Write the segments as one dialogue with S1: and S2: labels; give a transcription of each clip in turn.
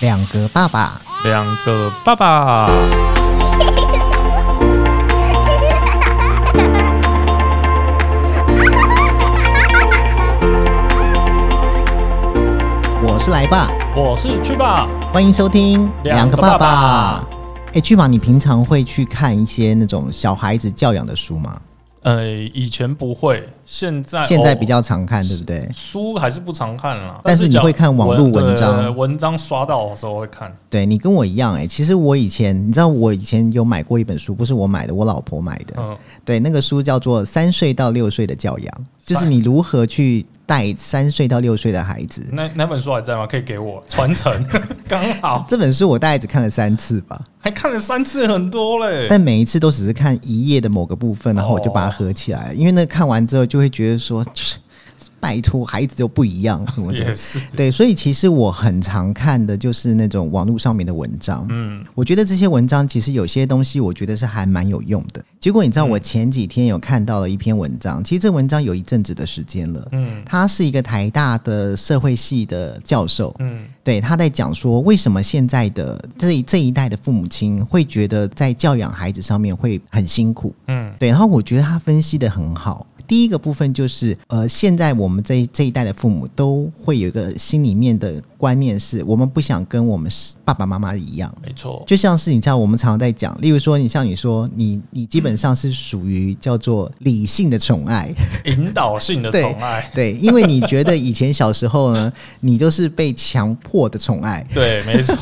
S1: 两个爸爸，
S2: 两个爸爸，
S1: 我是来爸，
S2: 我是去吧。
S1: 欢迎收听
S2: 两个爸爸。
S1: 哎，巨马，你平常会去看一些那种小孩子教养的书吗？
S2: 呃，以前不会，现在
S1: 现在比
S2: 哦
S1: 较常看，对不对？
S2: 书还是不常看啦，
S1: 但是你
S2: 讲
S1: 会看网络文
S2: 对
S1: 章
S2: 对对文章刷到的时候会看。
S1: 对你跟我一样哎、其实我以前，你知道我以前有买过一本书，不是我买的，我老婆买的。
S2: 嗯，
S1: 对，那个书叫做《三岁到六岁的教养》，就是你如何去带三岁到六岁的孩子。
S2: 那那本书还在吗？可以给我 传承，刚好
S1: 这本书我大概只看了三次吧，
S2: 还看了三次，很多嘞。
S1: 但每一次都只是看一页的某个部分，然后我就把它合起来了，因为那看完之后就会觉得说，就是拜托，孩子就不一样什 么的。
S2: 也是，
S1: 对，所以其实我很常看的就是那种网络上面的文章。嗯，我觉得这些文章其实有些东西，我觉得是还蛮有用的。结果你知道，我前几天有看到了一篇文章，其实这文章有一阵子的时间了。
S2: 嗯
S1: 他是一个台大的社会系的教授，
S2: 嗯，
S1: 对，他在讲说为什么现在的这一这一代的父母亲会觉得在教养孩子上面会很辛苦。
S2: 嗯
S1: 对，然后我觉得他分析的很好。第一个部分就是，呃，现在我们这一这一代的父母都会有一个心里面的观念是，我们不想跟我们爸爸妈妈一样。
S2: 没错，
S1: 就像是你知道，我们常常在讲，例如说，你像你说，你你基本上是属于叫做理性的宠 爱，
S2: 引导性的
S1: 对
S2: 宠爱，
S1: 对，因为你觉得以前小时候呢，你都是被强迫的宠爱，
S2: 对，没错，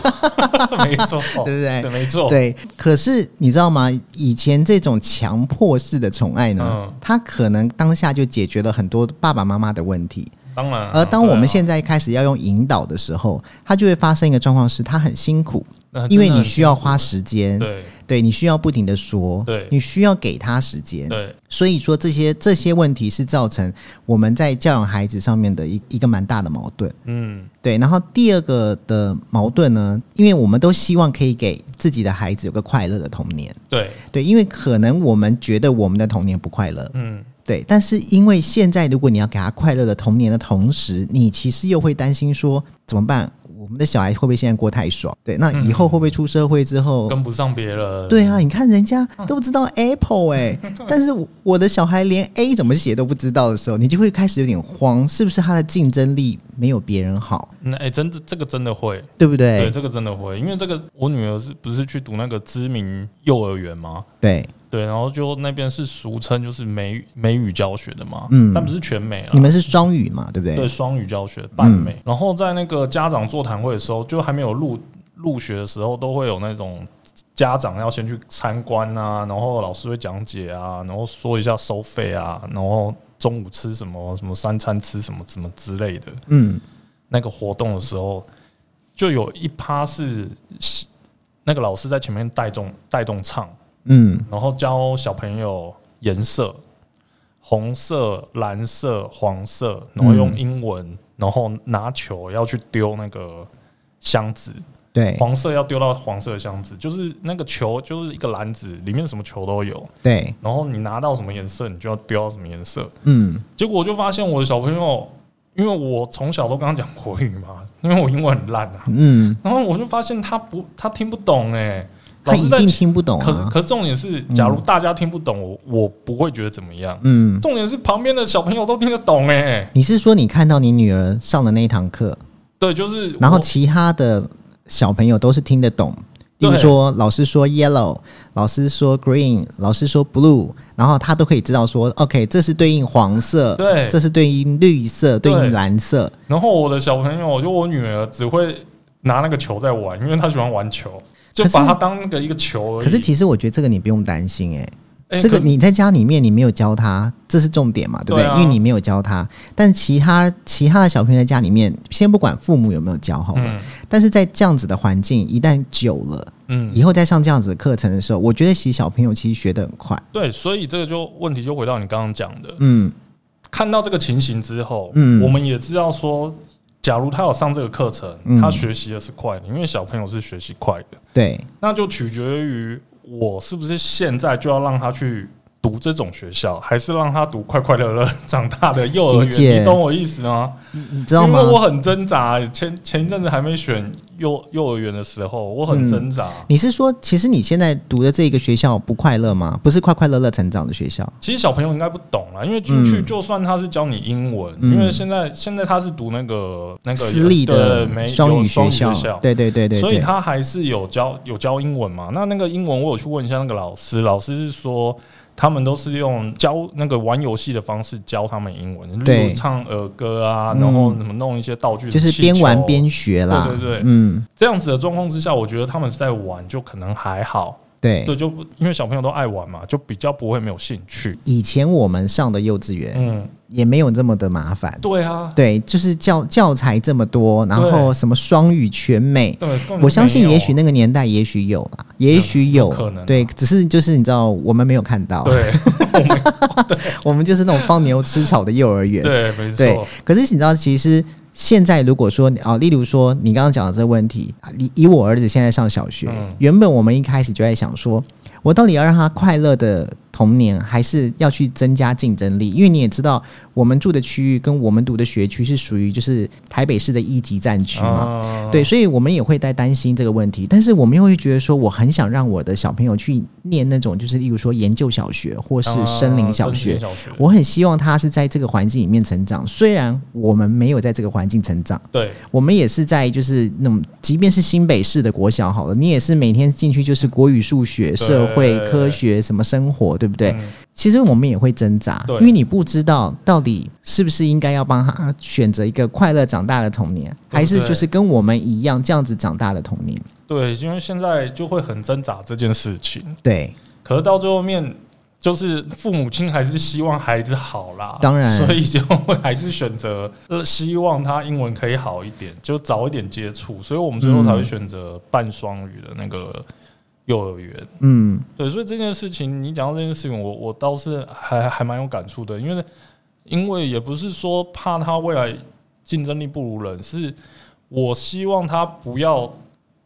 S2: 没错，
S1: 对不对
S2: 对，没错，
S1: 对，可是你知道吗？以前这种强迫式的宠爱呢，
S2: 嗯
S1: 它可能当下就解决了很多爸爸妈妈的问题。
S2: 当然。
S1: 而当我们现
S2: 在，
S1: 在开始要用引导的时候，它就会发生一个状况是，它很辛苦，
S2: 呃
S1: 因为
S2: 真的
S1: 你
S2: 很
S1: 需要花时间，
S2: 对
S1: 对你需要不停的说，
S2: 对
S1: 你需要给他时间，
S2: 对，
S1: 所以说这些这些问题是造成我们在教养孩子上面的一一个蛮大的矛盾。
S2: 嗯，
S1: 对，然后第二个的矛盾呢，因为我们都希望可以给自己的孩子有个快乐的童年，
S2: 对，
S1: 对，因为可能我们觉得我们的童年不快乐，
S2: 嗯，
S1: 对，但是因为现在如果你要给他快乐的童年的同时，你其实又会担心说怎么办，我们的小孩会不会现在过太爽？对，那以后会不会出社会之后？
S2: 跟不上别人，
S1: 对啊，你看人家
S2: 嗯
S1: 都知道 Apple 哎、 但是我我的小孩连 A 怎么写都不知道的时候，你就会开始有点慌，是不是他的竞争力没有别人好，
S2: 那哎、真的这个真的会，
S1: 对不对？
S2: 对，这个真的会，因为这个我女儿是不是去读那个知名幼儿园吗？
S1: 对，
S2: 对，然后就那边是俗称就是美语美语教学的嘛，
S1: 嗯
S2: 但不是全美啊，
S1: 你们是嗯双语嘛，对不对？
S2: 对双语教学半美。然后在那个家长座谈会的时候，就还没有入入学的时候，都会有那种家长要先去参观啊，然后老师会讲解啊，然后说一下收费啊，然后中午吃什么什么三餐吃什么什么之类的。
S1: 嗯，
S2: 那个活动的时候，就有一趴是那个老师在前面带动带动唱，
S1: 嗯
S2: 然后教小朋友颜色，红色、蓝色、黄色，然后用英文，然后拿球要去丢那个箱子，
S1: 对
S2: 黄色要丢到黄色的箱子，就是那个球就是一个篮子，里面什么球都有，
S1: 对，
S2: 然后你拿到什么颜色，你就要丢到什么颜色。
S1: 嗯
S2: 结果我就发现我的小朋友，因为我从小都跟他讲国语嘛，因为我英文很烂啊，
S1: 嗯，
S2: 然后我就发现他不，他听不懂哎、老
S1: 他
S2: 师
S1: 一
S2: 在
S1: 定听不懂
S2: 可
S1: 啊，
S2: 可重点是，假如大家听不懂，我我不会觉得怎么样。
S1: 嗯，
S2: 重点是旁边的小朋友都听得懂哎、
S1: 你是说你看到你女儿上的那一堂课，
S2: 对，就是
S1: 然后
S2: 我
S1: 其他的小朋友都是听得懂？例
S2: 对
S1: 如说，老师说 yellow，老师说 green，老师说 blue，然后他都可以知道说，OK，这是对应黄色，
S2: 对
S1: 这是对应绿色，对
S2: 对
S1: 应蓝色，
S2: 然后我的小朋友，就我女儿只会拿那个球在玩，因为她喜欢玩球，就
S1: 可是
S2: 把它当那个一个球而已。
S1: 可是其实我觉得这个你不用担心哎、
S2: 哎
S1: 这个
S2: 可
S1: 你在家里面你没有教他，这是重点嘛，对不对？
S2: 对啊
S1: 因为你没有教他，但其他其他的小朋友在家里面，先不管父母有没有教好了，
S2: 嗯
S1: 但是在这样子的环境，一旦久了，
S2: 嗯，
S1: 以后再上这样子的课程的时候，我觉得其实小朋友其实学得很快。
S2: 对，所以这个就问题就回到你刚刚讲的，
S1: 嗯
S2: 看到这个情形之后，
S1: 嗯
S2: 我们也知道说，假如他有上这个课程，
S1: 嗯
S2: 他学习的是快的，因为小朋友是学习快的，，
S1: 对，
S2: 那就取决于我是不是现在就要让他去。读这种学校，还是让他读快快乐乐长大的幼儿
S1: 理解
S2: 园，你懂我意思吗？
S1: 你知道吗
S2: 嗯因？为我很挣扎，前前一阵子还没选幼幼儿园的时候，
S1: 嗯
S2: 我很挣扎。
S1: 你是说，其实你现在读的这个学校不快乐吗？不是快快乐乐成长的学校。
S2: 其实小朋友应该不懂啦，因为进去
S1: 嗯
S2: 就算他是教你英文，
S1: 嗯
S2: 因为现在现在他是读那个那个
S1: 私立的
S2: 对没
S1: 双
S2: 有
S1: 语
S2: 双
S1: 学
S2: 语
S1: 校，
S2: 校。
S1: 对对对对对，
S2: 所以他还是有教有教英文嘛？那那个英文我有去问一下那个老师，老师是说他们都是用教那个玩游戏的方式教他们英文，例
S1: 对
S2: 如唱儿歌啊，
S1: 嗯
S2: 然后怎么弄一些道具的
S1: 就
S2: 气球，
S1: 是边玩边学啦。
S2: 对对对
S1: 嗯，
S2: 这样子的状况之下，我觉得他们是在玩，就可能还好，
S1: 对。
S2: 对，就不因为小朋友都爱玩嘛，就比较不会没有兴趣。
S1: 以前我们上的幼稚园
S2: 嗯，
S1: 也没有这么的麻烦，
S2: 对啊，
S1: 对，就是教教材这么多，然后
S2: 对
S1: 什么双语全美。
S2: 对，根本就
S1: 我相信，
S2: 没有啊嗯
S1: 也许那个年代也许有啦，也许有，
S2: 有可能啊
S1: 对，只是就是你知道，我们没有看到，
S2: 对
S1: 我们就是那种放牛吃草的幼儿园，
S2: 对，没
S1: 对
S2: 错，，
S1: 可是你知道，其实现在如果说哦，例如说你刚刚讲的这个问题，啊以以我儿子现在上小学，
S2: 嗯
S1: 原本我们一开始就在想说，我到底要让他快乐的童年，还是要去增加竞争力？因为你也知道，我们住的区域跟我们读的学区是属于就是台北市的一级战区嘛。
S2: 啊
S1: 对，所以我们也会在担心这个问题，但是我们又会觉得说，我很想让我的小朋友去念那种，就是例如说研究小学或是
S2: 啊
S1: 森林小学，
S2: 小学，
S1: 我很希望他是在这个环境里面成长，虽然我们没有在这个环境成长，
S2: 对
S1: 我们也是在就是那种，即便是新北市的国小好了，你也是每天进去就是国语、数学、社会
S2: 对
S1: 科学什么生活，对不对？
S2: 嗯
S1: 其实我们也会挣扎，
S2: 对
S1: 因为你不知道到底是不是应该要帮他选择一个快乐长大的童年，还是就是跟我们一样这样子长大的童年？
S2: 对，因为现在就会很挣扎这件事情，
S1: 对，
S2: 可是到最后面。就是父母亲还是希望孩子好啦，
S1: 当然
S2: 所以就会还是选择呃，希望他英文可以好一点，就早一点接触，所以我们最后才会
S1: 嗯
S2: 选择半双语的那个幼儿园。
S1: 嗯，
S2: 对，所以这件事情，你讲到这件事情，我我倒是还还蛮有感触的，因为因为也不是说怕他未来竞争力不如人，是我希望他不要，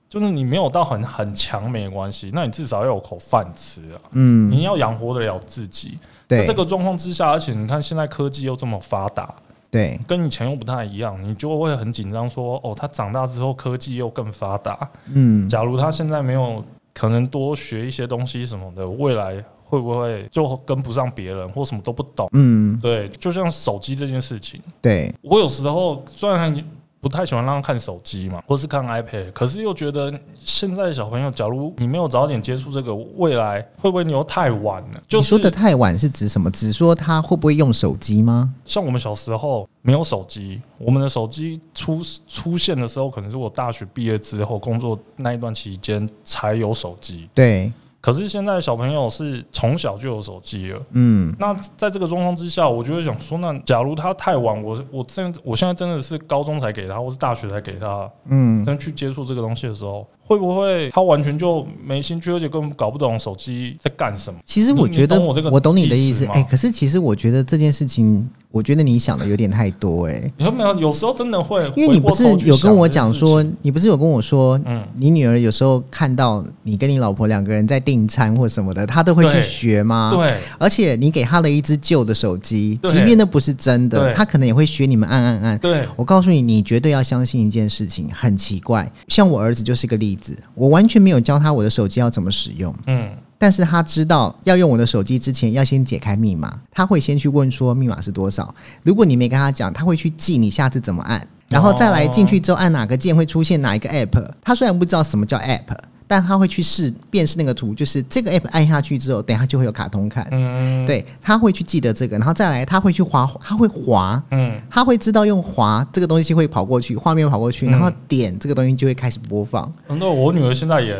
S2: 就是你没有到很很强没关系，那你至少要有口饭吃啊，
S1: 嗯，
S2: 你要养活得了自己。在
S1: 对，
S2: 这个状况之下，而且你看现在科技又这么发达，
S1: 对，
S2: 跟以前又不太一样，你就会很紧张说，哦，他长大之后科技又更发达，
S1: 嗯，
S2: 假如他现在没有可能多学一些东西什么的，未来会不会就跟不上别人或什么都不懂？
S1: 嗯，
S2: 对，就像手机这件事情，
S1: 对，
S2: 我有时候虽然不太喜欢让他看手机嘛，或是看 iPad，可是又觉得现在的小朋友，假如你没有早点接触这个，未来会不会你又太晚了？就
S1: 你说的
S2: 是
S1: 太晚是指什么？只说他会不会用手机吗？
S2: 像我们小时候没有手机，我们的手机出出现的时候，可能是我大学毕业之后工作那一段期间才有手机。
S1: 对，
S2: 可是现在小朋友是从小就有手机了。
S1: 嗯，
S2: 那在这个状况之下，我就会想说，那假如他太晚，我我真我现在真的是高中才给他，或是大学才给他，
S1: 嗯，
S2: 真去接触这个东西的时候，会不会他完全就没兴趣，而且根本搞不懂手机在干什么？
S1: 其实我觉得
S2: 你懂我这个
S1: 懂你的意思
S2: 意。思吗
S1: 哎、可是其实我觉得这件事情，我觉得你想的有点太多哎、
S2: 你有没有？有时候真的会，
S1: 因为你不是有跟我讲说，
S2: 回过头去想这件事情，
S1: 你不是有跟我说，
S2: 嗯
S1: 你女儿有时候看到你跟你老婆两个人在订餐或什么的，她都会去
S2: 对
S1: 学吗？。
S2: 对
S1: 而且你给她了一只旧的手机，
S2: 对
S1: 即便那不是真的，
S2: 对
S1: 她可能也会学你们按按按。
S2: 对，
S1: 我告诉你，你绝对要相信一件事情，很奇怪。像我儿子就是个例子，我完全没有教他我的手机要怎么使用，
S2: 嗯，
S1: 但是他知道要用我的手机之前要先解开密码，他会先去问说密码是多少。如果你没跟他讲，他会去记你下次怎么按，然后再来进去之后按哪个键会出现哪一个 app。他虽然不知道什么叫 app。但他会去试辨识那个图，就是这个 app 按下去之后，等一下就会有卡通看。
S2: 嗯，
S1: 对，他会去记得这个，然后再来他会去滑，他会滑，
S2: 嗯，
S1: 他会知道用滑这个东西会跑过去，画面会跑过去，
S2: 嗯
S1: 然后点这个东西就会开始播放。
S2: 嗯，那我女儿现在也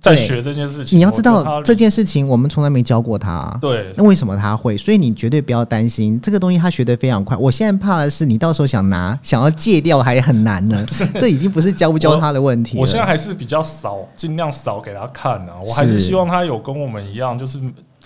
S2: 在
S1: 对
S2: 学这件事情。
S1: 你要知
S2: 我觉
S1: 道
S2: 得它
S1: 这件事情，我们从来没教过他啊、
S2: 对
S1: 那为什么他会？所以你绝对不要担心，这个东西他学得非常快。我现在怕的是你到时候想拿、想要戒掉还很难 呢。这已经不是教不教他的问题了。
S2: 我现在还是比较少，尽量少给他看啊。我还是
S1: 是
S2: 希望他有跟我们一样，就是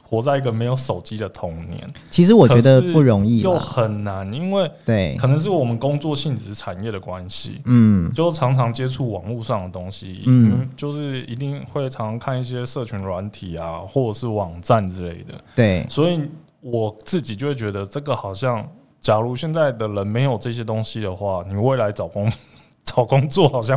S2: 活在一个没有手机的童年。
S1: 其实我觉得
S2: 可是
S1: 不容易
S2: 又
S1: 了。
S2: 很难，因为
S1: 对
S2: 可，能是我们工作性质产业的关系，
S1: 嗯，
S2: 就常常接触网络上的东西，
S1: 嗯
S2: 嗯，就是一定会常常看一些社群软体啊，或者是网站之类的，
S1: 对，
S2: 所以我自己就会觉得这个好像，假如现在的人没有这些东西的话，你未来找工 找工作好像，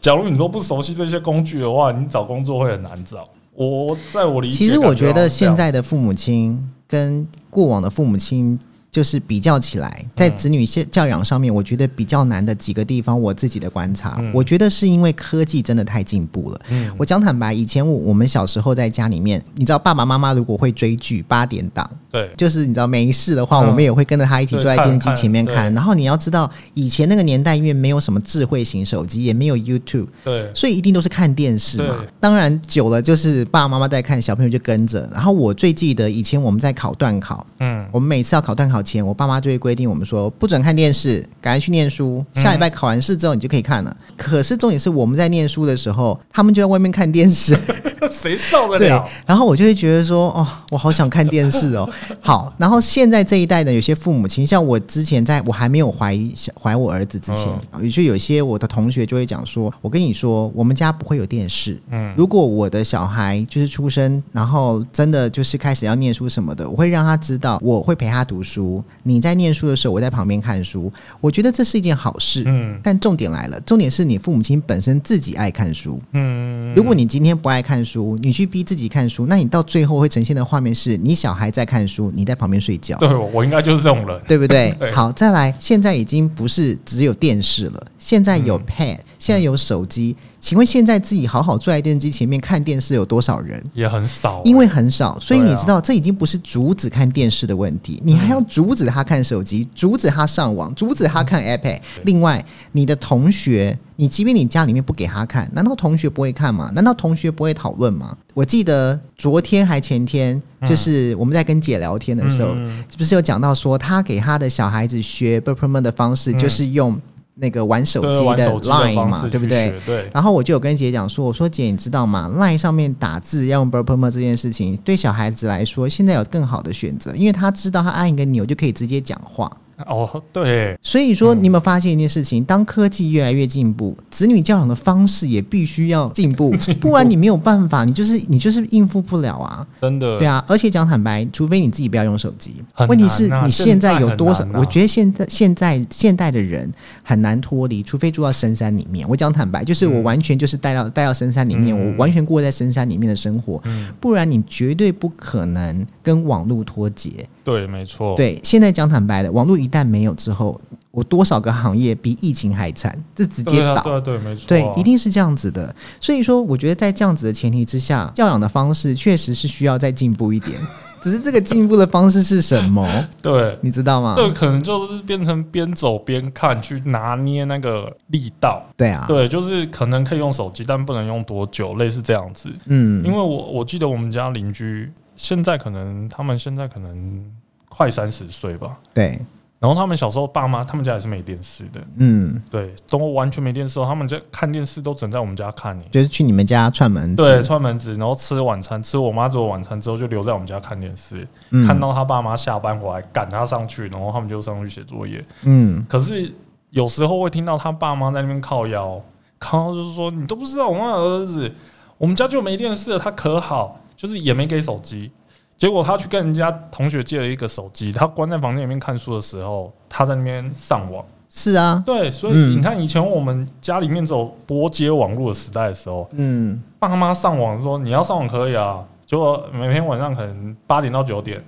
S2: 假如你都不熟悉这些工具的话，你找工作会很难找。我我在我理解，
S1: 其实我觉
S2: 感
S1: 得
S2: 好像
S1: 现
S2: 这样
S1: 在的父母亲跟过往的父母亲。就是比较起来，在子女教教养上面，我觉得比较难的几个地方，我自己的观察，
S2: 嗯
S1: 我觉得是因为科技真的太进步了。
S2: 嗯
S1: 我讲坦白，以前我我们小时候在家里面，你知道爸爸妈妈如果会追剧，八点档，
S2: 对
S1: 就是你知道没事的话，
S2: 嗯
S1: 我们也会跟着他一起坐在
S2: 对
S1: 电
S2: 看
S1: 视机前面
S2: 看
S1: 看。然后你要知道，以前那个年代因为没有什么智慧型手机，也没有 YouTube，
S2: 对
S1: 所以一定都是看电视嘛
S2: 对。
S1: 当然久了就是爸爸妈妈在看，小朋友就跟着。然后我最记得以前我们在考段考，
S2: 嗯
S1: 我们每次要考段考前，我爸妈就会规定我们说不准看电视，赶快去念书。下礼拜考完试之后你就可以看了。可是重点是我们在念书的时候，他们就在外面看电视。
S2: 谁受得
S1: 对
S2: 了？，
S1: 然后我就会觉得说，哦，我好想看电视哦。 好，然后现在这一代呢，有些父母亲，像我之前在我还没有怀小怀我儿子之前，
S2: 嗯
S1: 也就有些我的同学就会讲说，我跟你说，我们家不会有电视。
S2: 嗯
S1: 如果我的小孩就是出生，然后真的就是开始要念书什么的，我会让他知道，我会陪他读书。你在念书的时候，我在旁边看书。我觉得这是一件好事。
S2: 嗯
S1: 但重点来了，重点是你父母亲本身自己爱看书。
S2: 嗯，
S1: 如果你今天不爱看书，你去逼自己看书，那你到最后会呈现的画面是你小孩在看书，你在旁边睡觉，
S2: 对我我应该就是这种人。
S1: 对不对？
S2: 对
S1: 好，再来，现在已经不是只有电视了，现在
S2: 嗯
S1: 有 Pad，、现在有手机。请问现在自己好好坐在电视机前面看电视有多少人？
S2: 也很少欸、
S1: 因为很少，所以
S2: 对啊
S1: 你知道，这已经不是阻止看电视的问题，你还要阻止他看手机，阻止他上网，阻止他看
S2: 嗯
S1: iPad。另外，你的同学，你即便你家里面不给他看，难道同学不会看吗？难道同学不会讨论吗？我记得昨天还前天，就是我们在跟姐聊天的时候，
S2: 嗯
S1: 是不是有讲到说，他给他的小孩子学 b u r p e r m a n 的方式，
S2: 嗯
S1: 就是用那个玩手
S2: 对
S1: 机
S2: 玩
S1: 的
S2: 手机的
S1: Line
S2: 方
S1: 嘛，
S2: 式
S1: 对不
S2: 去
S1: 对？
S2: 学？对，
S1: 然后我就有跟姐讲说，我说姐，你知道吗？Line 上面打字要用 b u r p e m e 这件事情，对小孩子来说，现在有更好的选择，因为他知道他按一个钮就可以直接讲话。
S2: 哦，对，
S1: 所以说，你有没有发现一件事情？当科技越来越进步，子女教养的方式也必须要进步，不然你没有办法，你就是你就是应付不了啊。
S2: 真的，
S1: 对啊，而且讲坦白，除非你自己不要用手机。
S2: 很
S1: 问题
S2: 难
S1: 是
S2: 啊
S1: 你
S2: 现
S1: 现在
S2: 在
S1: 有
S2: 很
S1: 多少？
S2: 难啊
S1: 我觉得现在现在现代的人很难脱离，除非住到深山里面。我讲坦白，就是我完全就是带到带到深山里面，
S2: 嗯
S1: 我完全过在深山里面的生活，不然你绝对不可能跟网络脱节。
S2: 对，没错，，
S1: 对，啊现在讲坦白的，网络一旦没有之后，我多少个行业比疫情还惨，这直接
S2: 啊，
S1: 倒。
S2: 对啊，对，没错啊，
S1: 对，一定是这样子的。所以说，我觉得在这样子的前提之下，教养的方式确实是需要再进步一 点。只是这个进步的方式是什么，
S2: 对。
S1: 你知道吗
S2: 这？个可能就是变成边走边看，去拿捏那个力道。
S1: 对啊，
S2: 对，就是可能可以用手机，但不能用多久，类似这样子。因
S1: 嗯，
S2: 为我我记得我们家邻居现在可能他们现在可能快三十岁吧，
S1: 对，
S2: 然后他们小时候爸妈他们家也是没电视的，
S1: 嗯，
S2: 对，都完全没电视哦，他们家看电视都只能在我们家看、欸，
S1: 就是去你们家串门子，
S2: 对，串门子，然后吃晚餐，吃我妈做的晚餐之后，就留在我们家看电视，
S1: 嗯
S2: 看到他爸妈下班回来，赶他上去，然后他们就上去写作业。
S1: 嗯，
S2: 可是有时候会听到他爸妈在那边靠腰，靠腰就是说你都不知道我妈的儿子，我们家就没电视了，他可好，就是也没给手机。结果他去跟人家同学借了一个手机，他关在房间里面看书的时候，他在那边上网。
S1: 是啊，
S2: 对，所以
S1: 嗯
S2: 你看，以前我们家里面只有拨接网络的时代的时候，
S1: 嗯，
S2: 爸妈上网说你要上网可以啊，结果每天晚上可能八点到九点，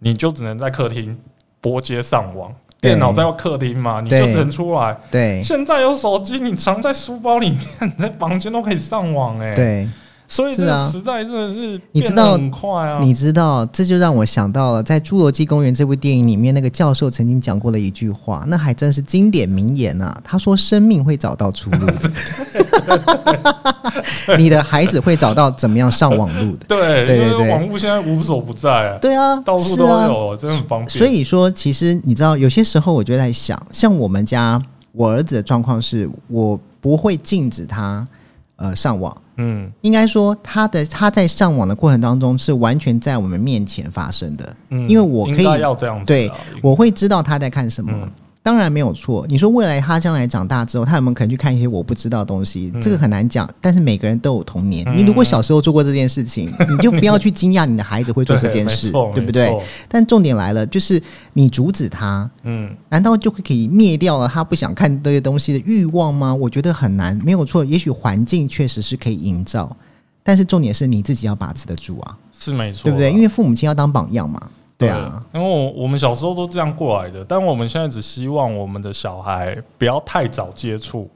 S2: 你就只能在客厅拨接上网，
S1: 对
S2: 电脑在客厅嘛，你就
S1: 对
S2: 只能出来。
S1: 对
S2: 现在有手机，你藏在书包里面，你在房间都可以上网哎、，
S1: 对，
S2: 所以这
S1: 是
S2: 个
S1: 啊
S2: 时代真的是
S1: 你
S2: 变
S1: 知
S2: 得
S1: 道
S2: 很快啊，
S1: 你知道，这就让我想到了，在《侏罗纪公园》这部电影里面，那个教授曾经讲过了一句话，那还真是经典名言啊。他说：“生命会找到出 路，你的孩子会找到怎么样上网路 的。
S2: 对
S1: 对对
S2: 因为
S1: 对
S2: 网络现在无所不在啊”，
S1: 对啊，
S2: 到处
S1: 是
S2: 都
S1: 啊
S2: 有，真的很方便。
S1: 所以说，其实你知道，有些时候我就在想，像我们家我儿子的状况是，我不会禁止他呃上网，
S2: 嗯
S1: 应该说他的他在上网的过程当中是完全在我们面前发生的，
S2: 嗯，
S1: 因为我可以
S2: 应该要这样子啊，
S1: 对我会知道他在看什么。
S2: 嗯
S1: 当然没有错，你说未来他将来长大之后，他有没有可能去看一些我不知道的东西？
S2: 嗯
S1: 这个很难讲。但是每个人都有童年，你如果小时候做过这件事情，你就不要去惊讶你的孩子会做这件事
S2: 没，错
S1: 对不对
S2: 没？错
S1: 但重点来了，就是你阻止他，
S2: 嗯，
S1: 难道就可以灭掉了他不想看这些东西的欲望吗？我觉得很难，没有错。也许环境确实是可以营造，但是重点是你自己要把持得住啊，
S2: 是没错啊，
S1: 对不对？因为父母亲要当榜样嘛，对啊，，
S2: 因为我我们小时候都这样过来的，但我们现在只希望我们的小孩不要太早接触，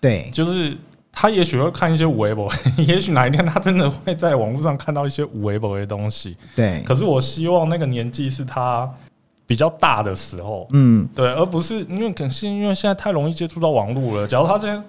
S1: 对
S2: 就是他也许会看一些微博， 也许哪一天他真的会在网络上看到一些微博的东西。
S1: 对，
S2: 可是我希望那个年纪是他比较大的时候，
S1: 嗯，
S2: 对，而不是因为可是因为现在太容易接触到网络了。假如他现在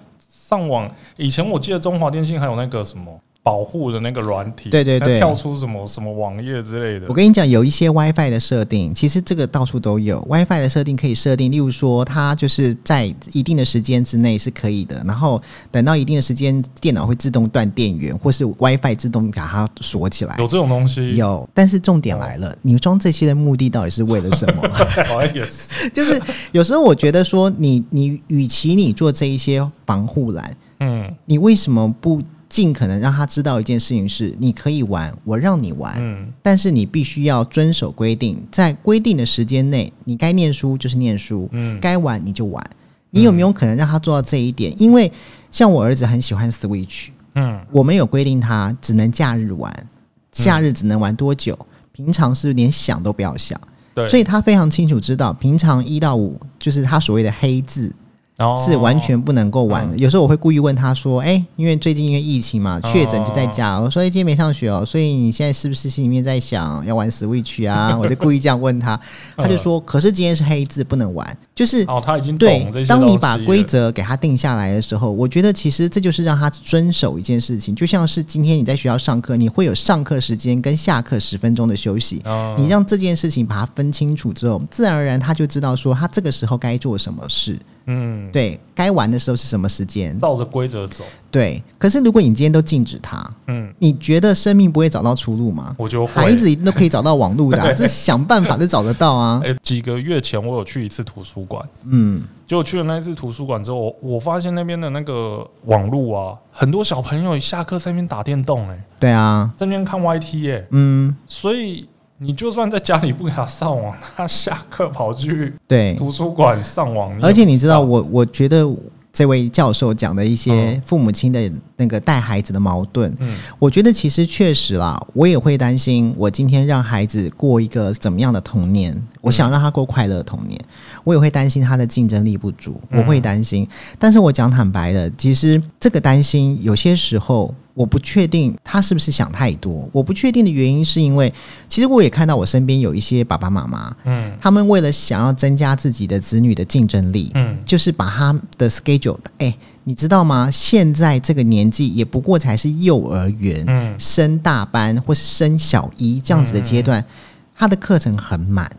S2: 上网，以前我记得中华电信还有那个什么保护的那个软体，
S1: 对对对
S2: 跳出什么什么网页之类的
S1: 我。跟你讲，有一些 WiFi 的设定，其实这个到处都有。WiFi 的设定可以设定，例如说，它就是在一定的时间之内是可以的，然后等到一定的时间，电脑会自动断电源，或是 WiFi 自动把它锁起来
S2: 有。这种东西，
S1: 有，但是重点来了，你装这些的目的到底是为了什 么？
S2: 好像也是，
S1: 就是有时候我觉得说你，你与其你做这一些防护栏，
S2: 嗯
S1: 你为什么不尽可能让他知道一件事情是，你可以玩，我让你玩，
S2: 嗯，
S1: 但是你必须要遵守规定，在规定的时间内，你该念书就是念书，
S2: 嗯
S1: 该玩你就玩。你有没有可能让他做到这一点？因为像我儿子很喜欢 Switch，
S2: 嗯，
S1: 我们有规定他只能假日玩，假日只能玩多久，平常是连想都不要想。
S2: 对，
S1: 所以他非常清楚知道，平常一到五就是他所谓的黑字，
S2: 然后
S1: 是完全不能够玩
S2: 哦
S1: 的。有时候我会故意问他说：“哎、因为最近因为疫情嘛，确诊就在家，我说、哎今天没上学哦，所以你现在是不是心里面在想要玩 Switch 啊？”我就故意这样问 他，他就说：“可是今天是黑字，不能玩。”就是。
S2: 哦，他已经
S1: 对
S2: 懂这些，
S1: 当你
S2: 东
S1: 把
S2: 西
S1: 规
S2: 了
S1: 则给他定下来的时候，我觉得其实这就是让他遵守一件事情，就像是今天你在学校上课，你会有上课时间跟下课十分钟的休息，
S2: 嗯
S1: 你让这件事情把它分清楚之后，自然而然他就知道说他这个时候该做什么事。
S2: 嗯，
S1: 对该玩的时候是什么时间？
S2: 照着规则走，
S1: 对，可是如果你今天都禁止他，
S2: 嗯，
S1: 你觉得生命不会找到出路吗？
S2: 我就会
S1: 孩子一定都可以找到网路的 啊、这想办法就找得到啊。
S2: 哎、几个月前我有去一次图书馆，
S1: 嗯，
S2: 就去了那一次图书馆之后，我我发现那边的那个网络啊，很多小朋友下课在那边打电动、哎，
S1: 对啊，
S2: 在那边看 YT，哎、
S1: 嗯，
S2: 所以你就算在家里不给他上网，他下课跑去
S1: 对。
S2: 图书馆上网，
S1: 而且
S2: 也不
S1: 你知道，我我觉得这位教授讲的一些父母亲的那个带孩子的矛盾，
S2: 嗯
S1: 我觉得其实确实啦，我也会担心，我今天让孩子过一个怎么样的童年？
S2: 嗯
S1: 我想让他过快乐的童年，我也会担心他的竞争力不足，
S2: 嗯
S1: 我会担心。但是我讲坦白的，其实这个担心有些时候。我不确定他是不是想太多。我不确定的原因是因为，其实我也看到我身边有一些爸爸妈妈，
S2: 嗯
S1: 他们为了想要增加自己的子女的竞争力，
S2: 嗯
S1: 就是把他的 schedule，哎、你知道吗？现在这个年纪也不过才是幼儿园、
S2: 嗯
S1: 升大班或是升小一这样子的阶段，他的课程很满。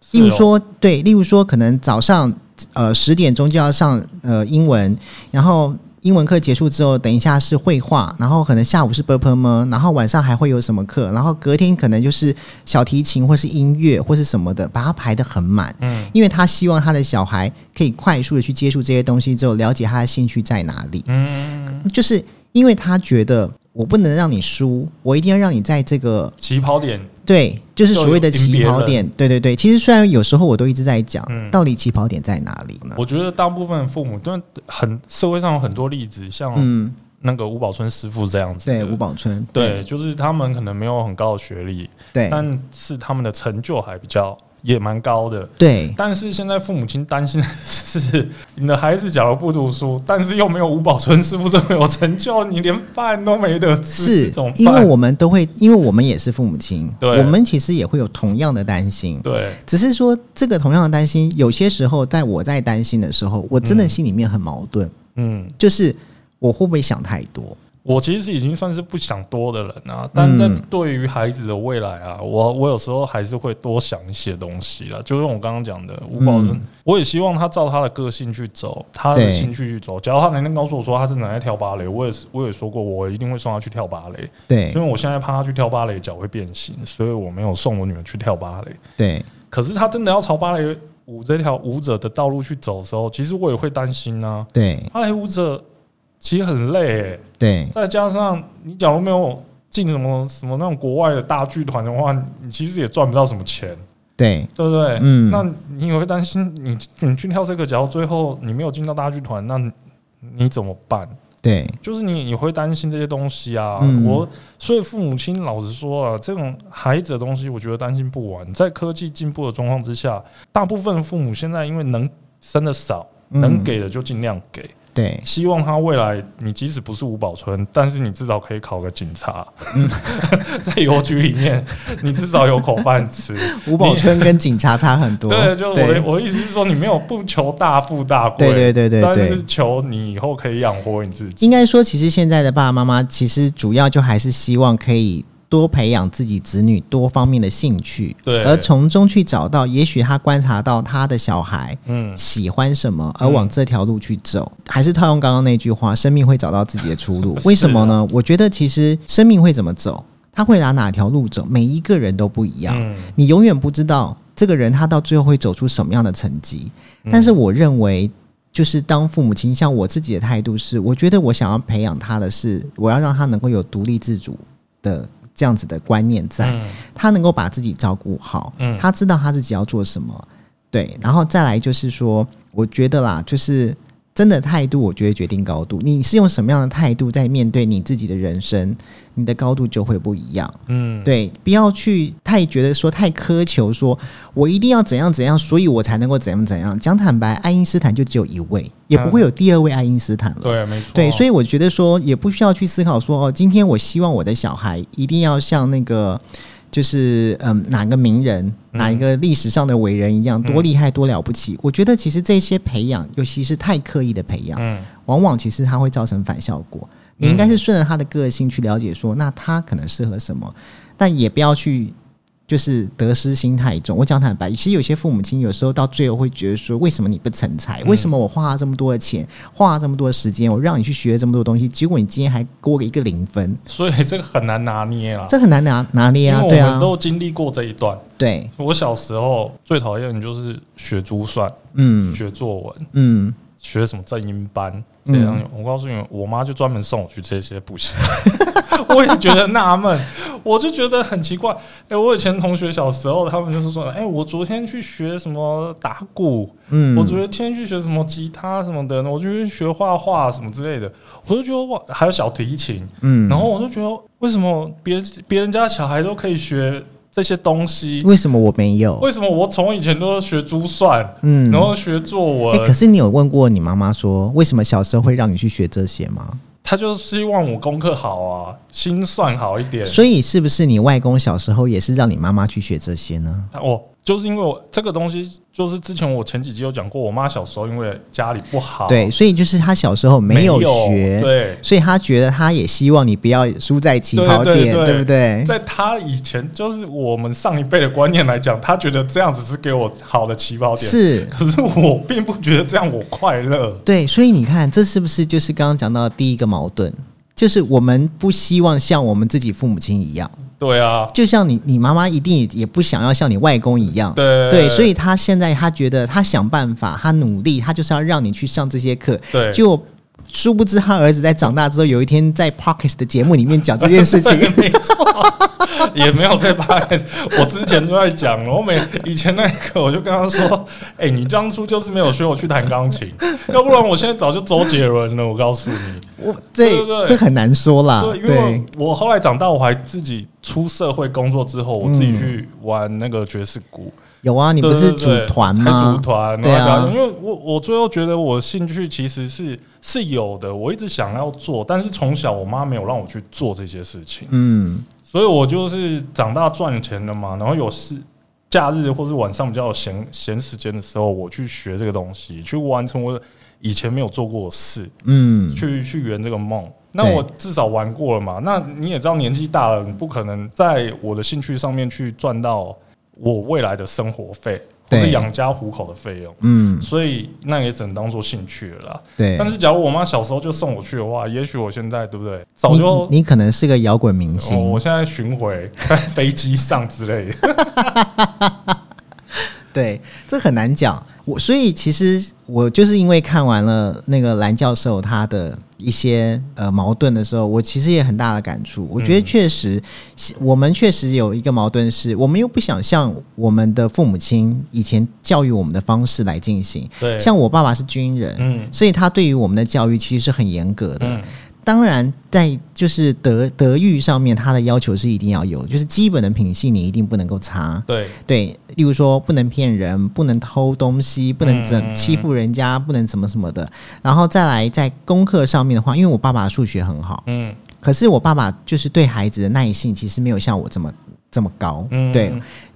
S2: 是
S1: 例如
S2: 哦
S1: 说，对，例如说，可能早上呃十点钟就要上呃英文，然后英文课结束之后，等一下是绘画，然后可能下午是 b u r p l e 吗？然后晚上还会有什么课？然后隔天可能就是小提琴或是音乐或是什么的，把它排得很满。
S2: 嗯
S1: 因为他希望他的小孩可以快速的去接触这些东西之后，了解他的兴趣在哪里。
S2: 嗯，
S1: 就是因为他觉得我不能让你输，我一定要让你在这个
S2: 起跑点
S1: 对，就是
S2: 就
S1: 所谓的
S2: 赢别
S1: 起跑
S2: 人
S1: 点。对对对，其实虽然有时候我都一直在讲，
S2: 嗯
S1: 到底起跑点在哪里呢？
S2: 我觉得大部分父母，但很社会上有很多例子，像
S1: 嗯，
S2: 那个吴宝春师傅这样子的，
S1: 对，吴宝春，
S2: 对，就是他们可能没有很高的学历，
S1: 对
S2: 但是他们的成就还比较也蛮高的。
S1: 对，
S2: 但是现在父母亲担心的是，你的孩子假如不读书，但是又没有五保村师傅这么有成就，你连饭都没得吃，
S1: 是
S2: 怎么办？
S1: 因为我们都会，因为我们也是父母亲，
S2: 对
S1: 我们其实也会有同样的担心。
S2: 对
S1: 只是说，这个同样的担心，有些时候在我在担心的时候，我真的心里面很矛盾，
S2: 嗯，
S1: 就是我会不会想太多？
S2: 我其实已经算是不想多的人啊，但是
S1: 嗯
S2: 对于孩子的未来啊，我我有时候还是会多想一些东西啦。就是我刚刚讲的五保人，
S1: 嗯
S2: 我也希望他照他的个性去走，他的
S1: 对
S2: 兴趣去走。假如他能告诉我说他真的很爱跳芭蕾，我也是我也说过，我一定会送他去跳芭蕾。
S1: 对
S2: 因为我现在怕他去跳芭蕾脚会变形，所以我没有送我女儿去跳芭蕾。
S1: 对，
S2: 可是他真的要朝芭蕾舞这条舞者的道路去走的时候，其实我也会担心啊。
S1: 对，
S2: 芭蕾舞者其实很累、欸，
S1: 对，
S2: 再加上你假如没有进什么什么那种国外的大剧团的话，你其实也赚不到什么钱，
S1: 对，
S2: 对不对？
S1: 嗯
S2: 那你也会担心你你去跳这个，假如最后你没有进到大剧团，那你你怎么办？
S1: 对，
S2: 就是你你会担心这些东西啊。
S1: 嗯
S2: 我所以父母亲老实说啊，这种孩子的东西，我觉得担心不完。在科技进步的状况之下，大部分父母现在因为能生的少，
S1: 嗯
S2: 能给的就尽量给。
S1: 对，
S2: 希望他未来你即使不是五保村，但是你至少可以考个警察，
S1: 嗯
S2: 在邮局里 面你至少有口饭吃。
S1: 五宝村跟警察差很多。
S2: 对，就是我的我的意思是说，你没有不求大富大贵，
S1: 对对对对
S2: 但
S1: 对
S2: 是。求你以后可以养活你自己。
S1: 应该说，其实现在的爸爸妈妈其实主要就还是希望可以多培养自己子女多方面的兴趣，
S2: 对
S1: 而从中去找到，也许他观察到他的小孩
S2: 嗯，。
S1: 喜欢什么，而往这条路去走。还是套用刚刚那句话，生命会找到自己的出路 为什么呢？
S2: 啊
S1: 我觉得其实生命会怎么走，他会拿哪条路走，每一个人都不一样。
S2: 嗯
S1: 你永远不知道这个人他到最后会走出什么样的成绩。
S2: 嗯
S1: 但是我认为，就是当父母亲，像我自己的态度是，我觉得我想要培养他的是，我要让他能够有独立自主的这样子的观念在，
S2: 嗯
S1: 他能够把自己照顾好，
S2: 嗯
S1: 他知道他自己要做什么。对，然后再来就是说，我觉得啦，就是真的态度，我觉得决定高度。你是用什么样的态度在面对你自己的人生，你的高度就会不一样。
S2: 嗯，
S1: 对，不要去太觉得说太苛求说，我一定要怎样怎样，所以我才能够怎样怎样。讲坦白，爱因斯坦就只有一位，也不会有第二位爱因斯坦了。
S2: 嗯对，没错，
S1: 对，所
S2: 以
S1: 以我觉得说，也不需要去思考说，哦，今天我希望我的小孩一定要像那个，就是嗯，哪个名人、
S2: 嗯
S1: 哪一个历史上的伟人一样，多厉害、多了不起。我觉得其实这些培养，尤其是太刻意的培养，
S2: 嗯
S1: 往往其实它会造成反效果。你应该是顺着他的个性去了解说，那他可能适合什么，但也不要去就是得失心太重。我讲坦白，其实有些父母亲有时候到最后会觉得说，为什么你不成才？
S2: 嗯
S1: 为什么我花了这么多的钱，花了这么多的时间，我让你去学这么多东西，结果你今天还给我一个零分，
S2: 所以这个很难拿捏啊。
S1: 这很难拿拿捏
S2: 因
S1: 啊，
S2: 为我
S1: 对
S2: 们
S1: 啊，
S2: 都经历过这一段。
S1: 对，
S2: 我小时候最讨厌的就是学珠算、
S1: 嗯
S2: 学作文、
S1: 嗯，
S2: 学什么正音班这样。我告诉你，我妈就专门送我去这些补习 班，我也觉得纳闷，我就觉得很奇怪。哎、我以前同学小时候，他们就是说，哎、我昨天去学什么打鼓，
S1: 嗯
S2: 我昨天去学什么吉他什么的，我就去学画画什么之类的。我就觉得哇，还有小提琴，
S1: 嗯
S2: 然后我就觉得为什么别别人家小孩都可以学这些东西，
S1: 为什么我没有？
S2: 为什么我从以前都是学珠算，
S1: 嗯
S2: 然后呃学作
S1: 哎、
S2: 文，
S1: 可是你有问过你妈妈说，为什么小时候会让你去学这些吗？
S2: 他就希望我功课好啊，心算好一点。
S1: 所以是不是你外公小时候也是让你妈妈去学这些呢？
S2: 我哦就是因为我这个东西，就是之前我前几集有讲过，我妈小时候因为家里不好，
S1: 对，，所以就是他小时候没
S2: 没
S1: 有学，
S2: 对。
S1: 所以他觉得他也希望你不要输在起
S2: 对
S1: 跑
S2: 对
S1: 点，对不对？
S2: 在他以前，就是我们上一辈的观念来讲，他觉得这样子是给我好的起跑点。，
S1: 是，
S2: 可是我并不觉得这样我快乐。
S1: 对，所以你看，这是不是就是刚刚讲到的第一个矛盾？就是我们不希望像我们自己父母亲一样，
S2: 对啊，
S1: 就像你，你妈妈一定也不想要像你外公一样，
S2: 对
S1: 对，所以她现在她觉得她想办法，她努力，她就是要让你去上这些课，
S2: 对
S1: 就殊不知他儿子在长大之后，有一天在 Parkes 的节目里面讲这件事情，
S2: 没 错， 也没有在拍。我之前就在讲，我每以前那个我就跟他说：“哎、你当初就是没有学我去弹 钢琴，要不然我现在早就周杰伦了。”我告诉你，
S1: 我这
S2: 对对
S1: 这很难说啦，
S2: 对，因为
S1: 啊对
S2: 我后来长大，我还自己出社会工作之后，我自己去玩那个爵士鼓。
S1: 有啊，嗯你不是组团吗？
S2: 组团，
S1: 对
S2: 然后还表
S1: 啊
S2: 演，因，为我我最后觉得我兴趣其实是是有的，我一直想要做，但是从小我妈没有让我去做这些事情，
S1: 嗯，
S2: 所以我就是长大赚钱了嘛，然后有事。假日或是晚上比较有闲闲时间的时候，我去学这个东西，去完成我以前没有做过的事，
S1: 嗯，
S2: 去去圆这个梦。那
S1: 对
S2: 我至少玩过了嘛。那你也知道，年纪大了，你不可能在我的兴趣上面去赚到我未来的生活费，或
S1: 对
S2: 是养家糊口的费用。
S1: 嗯，
S2: 所以那也只能当做兴趣了啦。
S1: 对。
S2: 但是，假如我妈小时候就送我去的话，也许我现在对不对？早就
S1: 你你可能是个摇滚明星
S2: 哦，，我现在巡回 在飞机上之类的。
S1: 对，这很难讲。我所以其实我就是因为看完了那个蓝教授他的一些呃矛盾的时候，我其实也很大的感触。我觉
S2: 嗯
S1: 得确实，我们确实有一个矛盾是，我们又不想像我们的父母亲以前教育我们的方式来进行。
S2: 对
S1: 像我爸爸是军人，
S2: 嗯
S1: 所以他对于我们的教育其实是很严格的。
S2: 嗯
S1: 当然，在就是德德育上面，他的要求是一定要有，就是基本的品性你一定不能够差。
S2: 对
S1: 对，例如说不能骗人，不能偷东西，不能怎
S2: 嗯
S1: 欺负人家，不能什么什么的。然后再来在功课上面的话，因为我爸爸数学很好，
S2: 嗯
S1: 可是我爸爸就是对孩子的耐性其实没有像我这么这么高。
S2: 嗯，
S1: 对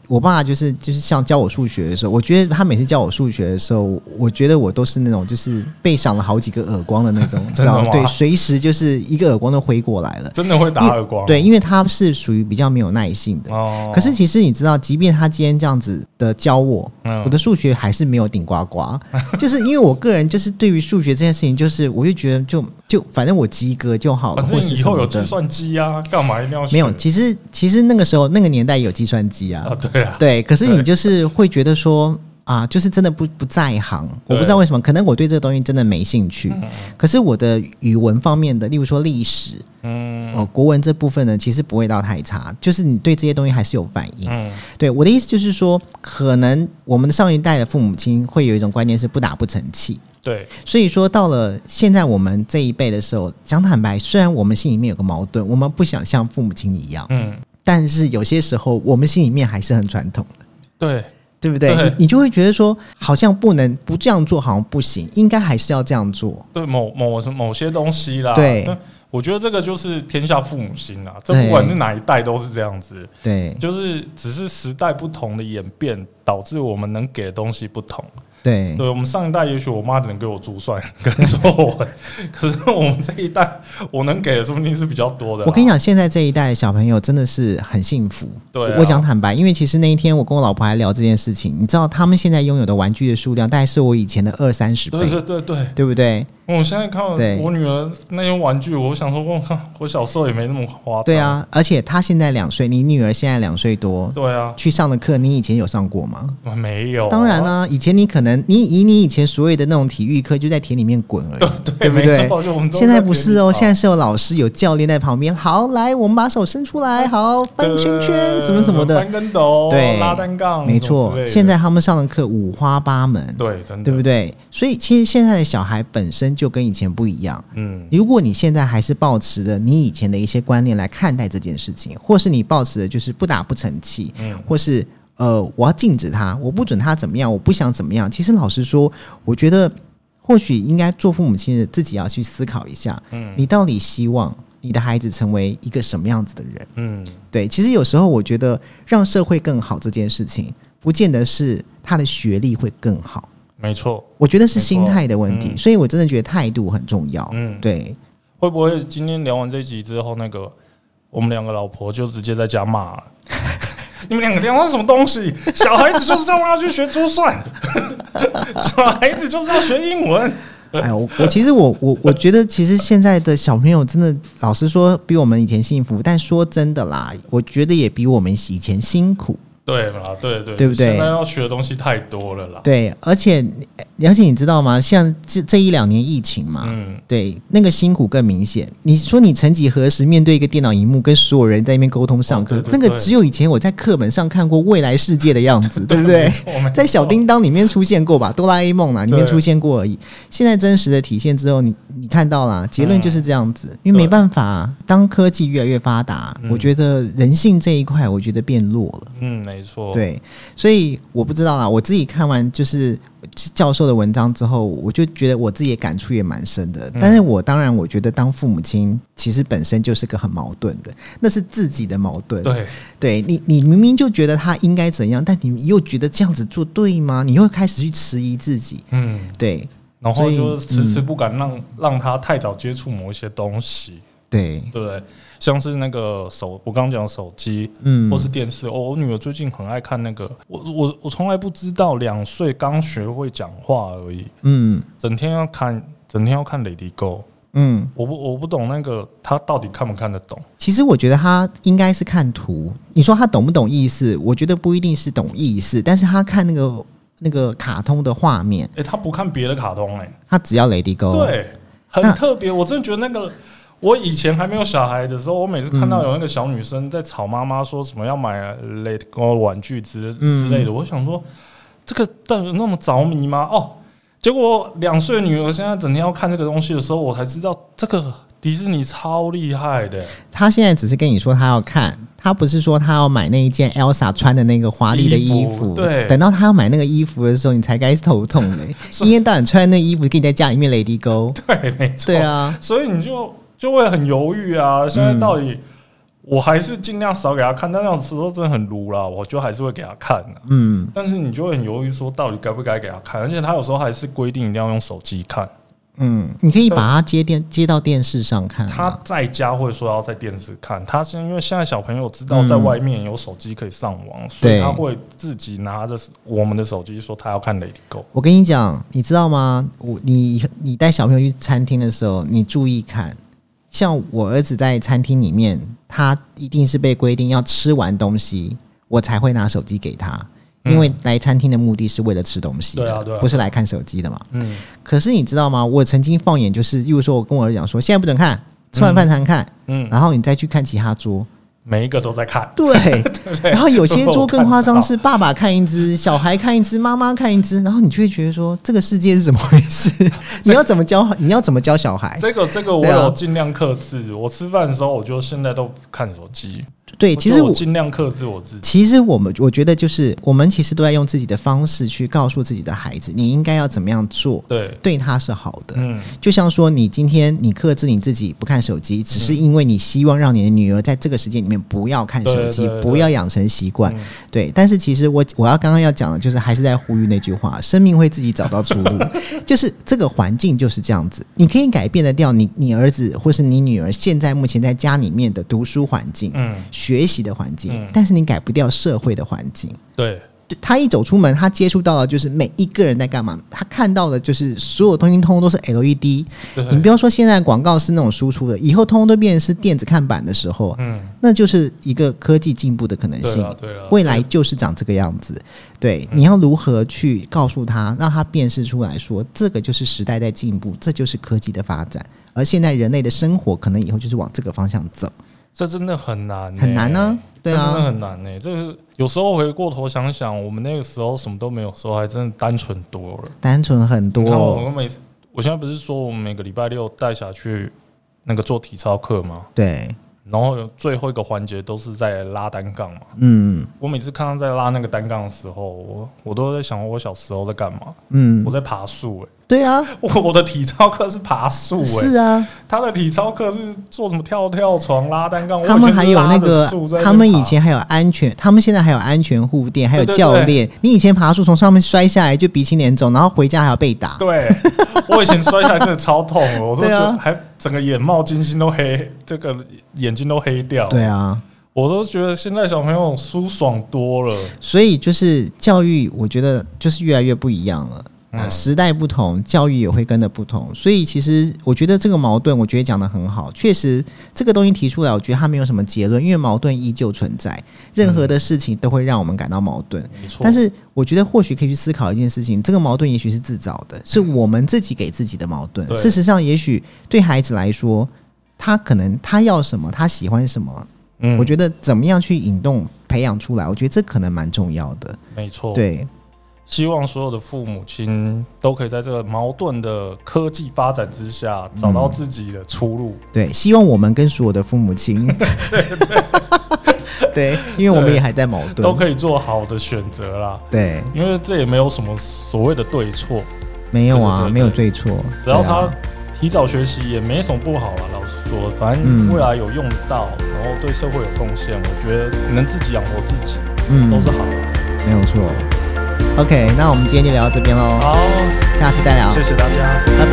S1: 我爸爸就是就是像教我数学的时候，我觉得他每次教我数学的时候，我我觉得我都是那种就是被赏了好几个耳光的那种，
S2: 真的吗
S1: 对，随时就是一个耳光都挥过来了。
S2: 真的会打耳光。
S1: 对，因为他是属于比较没有耐性的。
S2: 哦，
S1: 可是其实你知道，即便他今天这样子的教我，
S2: 嗯
S1: 我的数学还是没有顶呱 呱，就是因为我个人就是对于数学这件事情，就是我就觉得就就反正我及格就好了，
S2: 反
S1: 或
S2: 正
S1: 是
S2: 以
S1: 什
S2: 后
S1: 么
S2: 有计
S1: 的。
S2: 算机啊，干嘛一定要
S1: 没有，
S2: 学
S1: 其实其实那个时候那个年代有计算机啊，
S2: 啊？对啊，
S1: 对，可是你
S2: 对
S1: 就是会觉得说啊，就是真的不不在行，我不知道为什么，可能我对这个东西真的没兴趣。可是我的语文方面的，例如说历史、
S2: 嗯
S1: 哦国文这部分呢，其实不会到太差，就是你对这些东西还是有反应。
S2: 嗯，
S1: 对我的意思就是说，可能我们的上一代的父母亲会有一种观念是不打不成器，
S2: 对，
S1: 所以说到了现在我们这一辈的时候，讲坦白，虽然我们心里面有个矛盾，我们不想像父母亲一样，
S2: 嗯，
S1: 但是有些时候我们心里面还是很传统的，
S2: 对，
S1: 对不对？
S2: 对
S1: 你你就会觉得说，好像不能不这样做，好像不行，应该还是要这样做。
S2: 对某某什某些东西啦，
S1: 对
S2: 但我觉得这个就是天下父母心啦，这
S1: 对
S2: 不管是哪一代都是这样子，
S1: 对
S2: 就是只是时代不同的演变，导致我们能给的东西不同。
S1: 对
S2: 对我们上一代，也许我妈只能给我珠算跟作文，可是我们这一代，我能给的说不定是比较多的啦。
S1: 我跟你讲，现在这一代的小朋友真的是很幸福。
S2: 对啊
S1: 我讲坦白，因为其实那一天我跟我老婆还聊这件事情，你知道他们现在拥有的玩具的数量，大概是我以前的二三十倍，
S2: 对对对对，
S1: 对不对？
S2: 我现在看到
S1: 对
S2: 我女儿那些玩具，我想说，我靠，我小时候也没那么花。
S1: 对，啊，而且她现在两岁，你女儿现在两岁多，
S2: 对啊，
S1: 去上的课，你以前有上过吗？
S2: 没有啊。
S1: 当然啦、以前你可能你以你以前所有的那种体育课就在田里面滚而已，
S2: 对，
S1: 不
S2: 没
S1: 对
S2: 错，就我们都
S1: 现在不是哦，
S2: 在
S1: 现在是有老师有教练在旁边。好，来，我们把手伸出 来，好，翻圈圈，什么什么的
S2: 翻，跟斗，
S1: 对
S2: 哦拉单杠，
S1: 没
S2: 什么
S1: 错
S2: 之类。的
S1: 现在他们上的课五花八门，
S2: 对，真的，
S1: 对不？对？所以其实现在的小孩本身就跟以前不一样。
S2: 嗯，
S1: 如果你现在还是保持着你以前的一些观念来看待这件事情，或是你保持的就是不打不成器，
S2: 嗯
S1: 或是呃，我要禁止他，我不准他怎么样，我不想怎么样。其实老实说，我觉得或许应该做父母亲的自己要去思考一下，
S2: 嗯
S1: 你到底希望你的孩子成为一个什么样子的人？
S2: 嗯，
S1: 对，其实有时候我觉得让社会更好这件事情，不见得是他的学历会更好。
S2: 没错。
S1: 我觉得是心态的问题，
S2: 嗯
S1: 所以我真的觉得态度很重要。
S2: 嗯
S1: 对，
S2: 会不会今天聊完这集之后，那个我们两个老婆就直接在家骂 了？你们两个聊的什么东西？小孩子就是要让他去学珠算， 小孩子就是要学英文。
S1: 哎呦，我我其实我我我觉得，其实现在的小朋友真的，老实说，比我们以前幸福。但说真的啦，我觉得也比我们以前辛苦。
S2: 对啦，对对
S1: 对不对
S2: 现在要学的东西太多了啦。
S1: 对，而且而且你知道吗？像这这一两年疫情嘛，
S2: 嗯，
S1: 对啊那个辛苦更明显。你说你曾几何时面对一个电脑荧幕，跟所有人在那边沟通上课，
S2: 哦对对
S1: 那个
S2: 对
S1: 只有以前我在课本上看过未来世界的样 子，对不对
S2: 没？错没错
S1: 在小叮当里面出现过吧，哆啦 A 梦啦里面出现过而已。现在真实的体现之后，你你看到啦，结论就是这样子，因为
S2: 嗯
S1: 没办法啊、当科技越来越发达，我觉得人性这一块我觉得变弱了。
S2: 嗯，没没错，，
S1: 对，所以我不知道啦。我自己看完就是教授的文章之后，我就觉得我自己也感触也蛮深
S2: 嗯
S1: 的。但是我当然，我觉得当父母亲其实本身就是个很矛盾的，那是自己的矛盾。
S2: 对，
S1: 对你，你明明就觉得他应该怎样，但你又觉得这样子做对吗？你又开始去迟疑自己。
S2: 嗯，
S1: 对
S2: 然
S1: 所
S2: 后
S1: 以嗯
S2: 就是迟迟不敢让、让他太早接触某一些东西，
S1: 对，
S2: 对不对？像是那个手，我刚刚讲手机，
S1: 嗯，
S2: 或是电视。哦，我女儿最近很爱看那个，我我我从来不知道，两岁刚学会讲话而已，
S1: 嗯
S2: 整天要看，整天要看《Lady Go》，
S1: 嗯，
S2: 我不我不懂那个她到底看不看得懂。
S1: 其实我觉得他应该是看图。你说他懂不懂意思？我觉得不一定是懂意思，但是他看那个那个卡通的画面，
S2: 诶，她不看别的卡通、诶，
S1: 他只要 Lady Go。，
S2: 对，很
S1: 那
S2: 特别。我真的觉得那个。我以前还没有小孩的时候，我每次看到有那个小女生在吵妈妈说什么要买 Let Go 玩具之之类的，我想说这个到底有那么着迷吗？哦，结果两岁女儿现在整天要看这个东西的时候，我才知道这个迪士尼超厉害的，
S1: 他现在只是跟你说他要看，他不是说他要买那一件 Elsa 穿的那个华丽的衣
S2: 衣
S1: 服。
S2: 服对
S1: 等到他要买那个衣服的时候，你才该头痛 嘞、一天到晚穿那衣服，跟你在家里面 Lady Go。
S2: 对，没错，
S1: 对，啊，
S2: 所以你就就会很犹豫啊。现在到底、我还是尽量少给她看，但那种时候真的很撸啦，我就还是会给她看啊的、
S1: 嗯，
S2: 但是你就会很犹豫，说到底该不该给他看？而且他有时候还是规定一定要用手机看。
S1: 嗯，你可以把它接电接到电视上看、
S2: 他
S1: 啊。
S2: 在家会说要在电视看，他现在因为现在小朋友知道在外面有手机可以上网，所以
S1: 嗯对
S2: 他会自己拿着我们的手机说他要看《Lady Go》。
S1: 我跟你讲，你知道吗？我你你带小朋友去餐厅的时候，你注意看，像我儿子在餐厅里面，他一定是被规定要吃完东西，我才会拿手机给他，因为来餐厅的目的是为了吃东西的，
S2: 嗯对啊对啊
S1: 不是来看手机的嘛。
S2: 嗯，
S1: 可是你知道吗？我曾经放眼就是，例如说我跟我儿子讲说，现在不准看，吃完饭才能看，
S2: 嗯
S1: 然后你再去看其他桌，
S2: 每一个都在看，
S1: 对， 然后有些桌更夸张，
S2: 我
S1: 是爸爸看一只，小孩看一只，妈妈看一只，然后你就会觉得说这个世界是怎么回 事？你要怎么教？你要怎么教小孩？
S2: 这个这个我
S1: 对啊
S2: 有尽量克制。我吃饭的时候，我就现在都不看手机。
S1: 对，其实
S2: 我
S1: 我
S2: 尽量克制我自己。
S1: 其实我们我觉得就是我们其实都在用自己的方式去告诉自己的孩子，你应该要怎么样做，
S2: 对，
S1: 对他是好的。
S2: 嗯，
S1: 就像说，你今天你克制你自己不看手机，只
S2: 嗯
S1: 是因为你希望让你的女儿在这个时间里面不要看手机
S2: 对对，对
S1: 不要养成习惯
S2: 嗯。
S1: 对，但是其实我我要刚刚要讲的就是，还是在呼吁那句话：生命会自己找到出 路。就是这个环境就是这样子，你可以改变得掉你你儿子或是你女儿现在目前在家里面的读书环境、
S2: 嗯，
S1: 学习的环境
S2: 嗯，
S1: 但是你改不掉社会的环境。
S2: 对，
S1: 对他一走出门，他接触到的就是每一个人在干嘛，他看到的就是所有东西通通都是 E LED，
S2: 对
S1: 你不要说现在广告是那种输出的，以后通通都变成是电子看板的时候，啊
S2: 嗯，
S1: 那就是一个科技进步的可能
S2: 对
S1: 性
S2: 了，。对啊嗯了，
S1: 未来就是长这个样子，对，你要如何去告诉他，让他辨识出来说，这个就是时代在进步，这就是科技的发展，而现在人类的生活可能以后就是往这个方向走，
S2: 这真的很难、
S1: 很难啊，对
S2: 真的
S1: 啊，
S2: 很难呢、欸这个有时候回过头想想，我们那个时候什么都没有的时候，还真的单纯多了。
S1: 单纯很
S2: 你看我
S1: 多，
S2: 们每次，我现在不是说我们每个礼拜六带下去那个做体操课吗？
S1: 对，
S2: 然后有最后一个环节都是在拉单杠嘛。
S1: 嗯
S2: 我每次看到在拉那个单杠的时候，我我都在想我小时候在干嘛？
S1: 嗯
S2: 我，在爬树哎、
S1: 对啊，
S2: 我我的体操课是爬树哎、
S1: 是啊，
S2: 他的体操课是做什么跳跳床、拉单杠，
S1: 他
S2: 我以
S1: 们
S2: 前
S1: 还
S2: 是
S1: 有
S2: 拉
S1: 那
S2: 着
S1: 个
S2: 树在，那
S1: 他
S2: 边
S1: 们以
S2: 爬
S1: 前还有安全，他们现在还有安全护垫，还有
S2: 对对
S1: 教练。你以前爬树从上面摔下来就鼻青脸肿，然后回家还要被打。
S2: 对，我以前摔下来真的超痛的，我都
S1: 对
S2: 觉
S1: 啊
S2: 得还整个眼冒金星都黑，这个眼睛都黑掉。
S1: 对，啊，
S2: 我都觉得现在小朋友舒爽多了。
S1: 所以就是教育，我觉得就是越来越不一样了。啊，
S2: 嗯
S1: 时代不同，教育也会跟着不同，所以其实我觉得这个矛盾，我觉得讲的很好。确实，这个东西提出来，我觉得它没有什么结论，因为矛盾依旧存在，任
S2: 嗯
S1: 何的事情都会让我们感到矛盾。
S2: 没错，
S1: 但是我觉得或许可以去思考一件事情，这个矛盾也许是自找 的，是我们自己给自己的矛盾。
S2: 对
S1: 事实上，也许对孩子来说，他可能他要什么，他喜欢什么，
S2: 嗯
S1: 我觉得怎么样去引动培养出来，我觉得这可能蛮重要的。
S2: 没错。，
S1: 对，
S2: 希望所有的父母亲都可以在这个矛盾的科技发展之下，找
S1: 嗯
S2: 到自己的出路。
S1: 对，希望我们跟所有的父母亲，对，因为我们也还在矛盾，
S2: 都可以做好的选择啦。
S1: 对，
S2: 因为这也没有什么所谓的对错，
S1: 没有啊，
S2: 对对对
S1: 没有对错，
S2: 只要
S1: 对啊
S2: 他提早学习也没什么不好啊。老实说，反
S1: 嗯
S2: 正未来有用到，然后对社会有贡献，我觉得能自己养活自己
S1: 嗯
S2: 都是好的。
S1: 没有错。OK，那我们今天就聊到这边喽，
S2: 好，
S1: 下次再聊，
S2: 谢谢大家。
S1: 拜拜。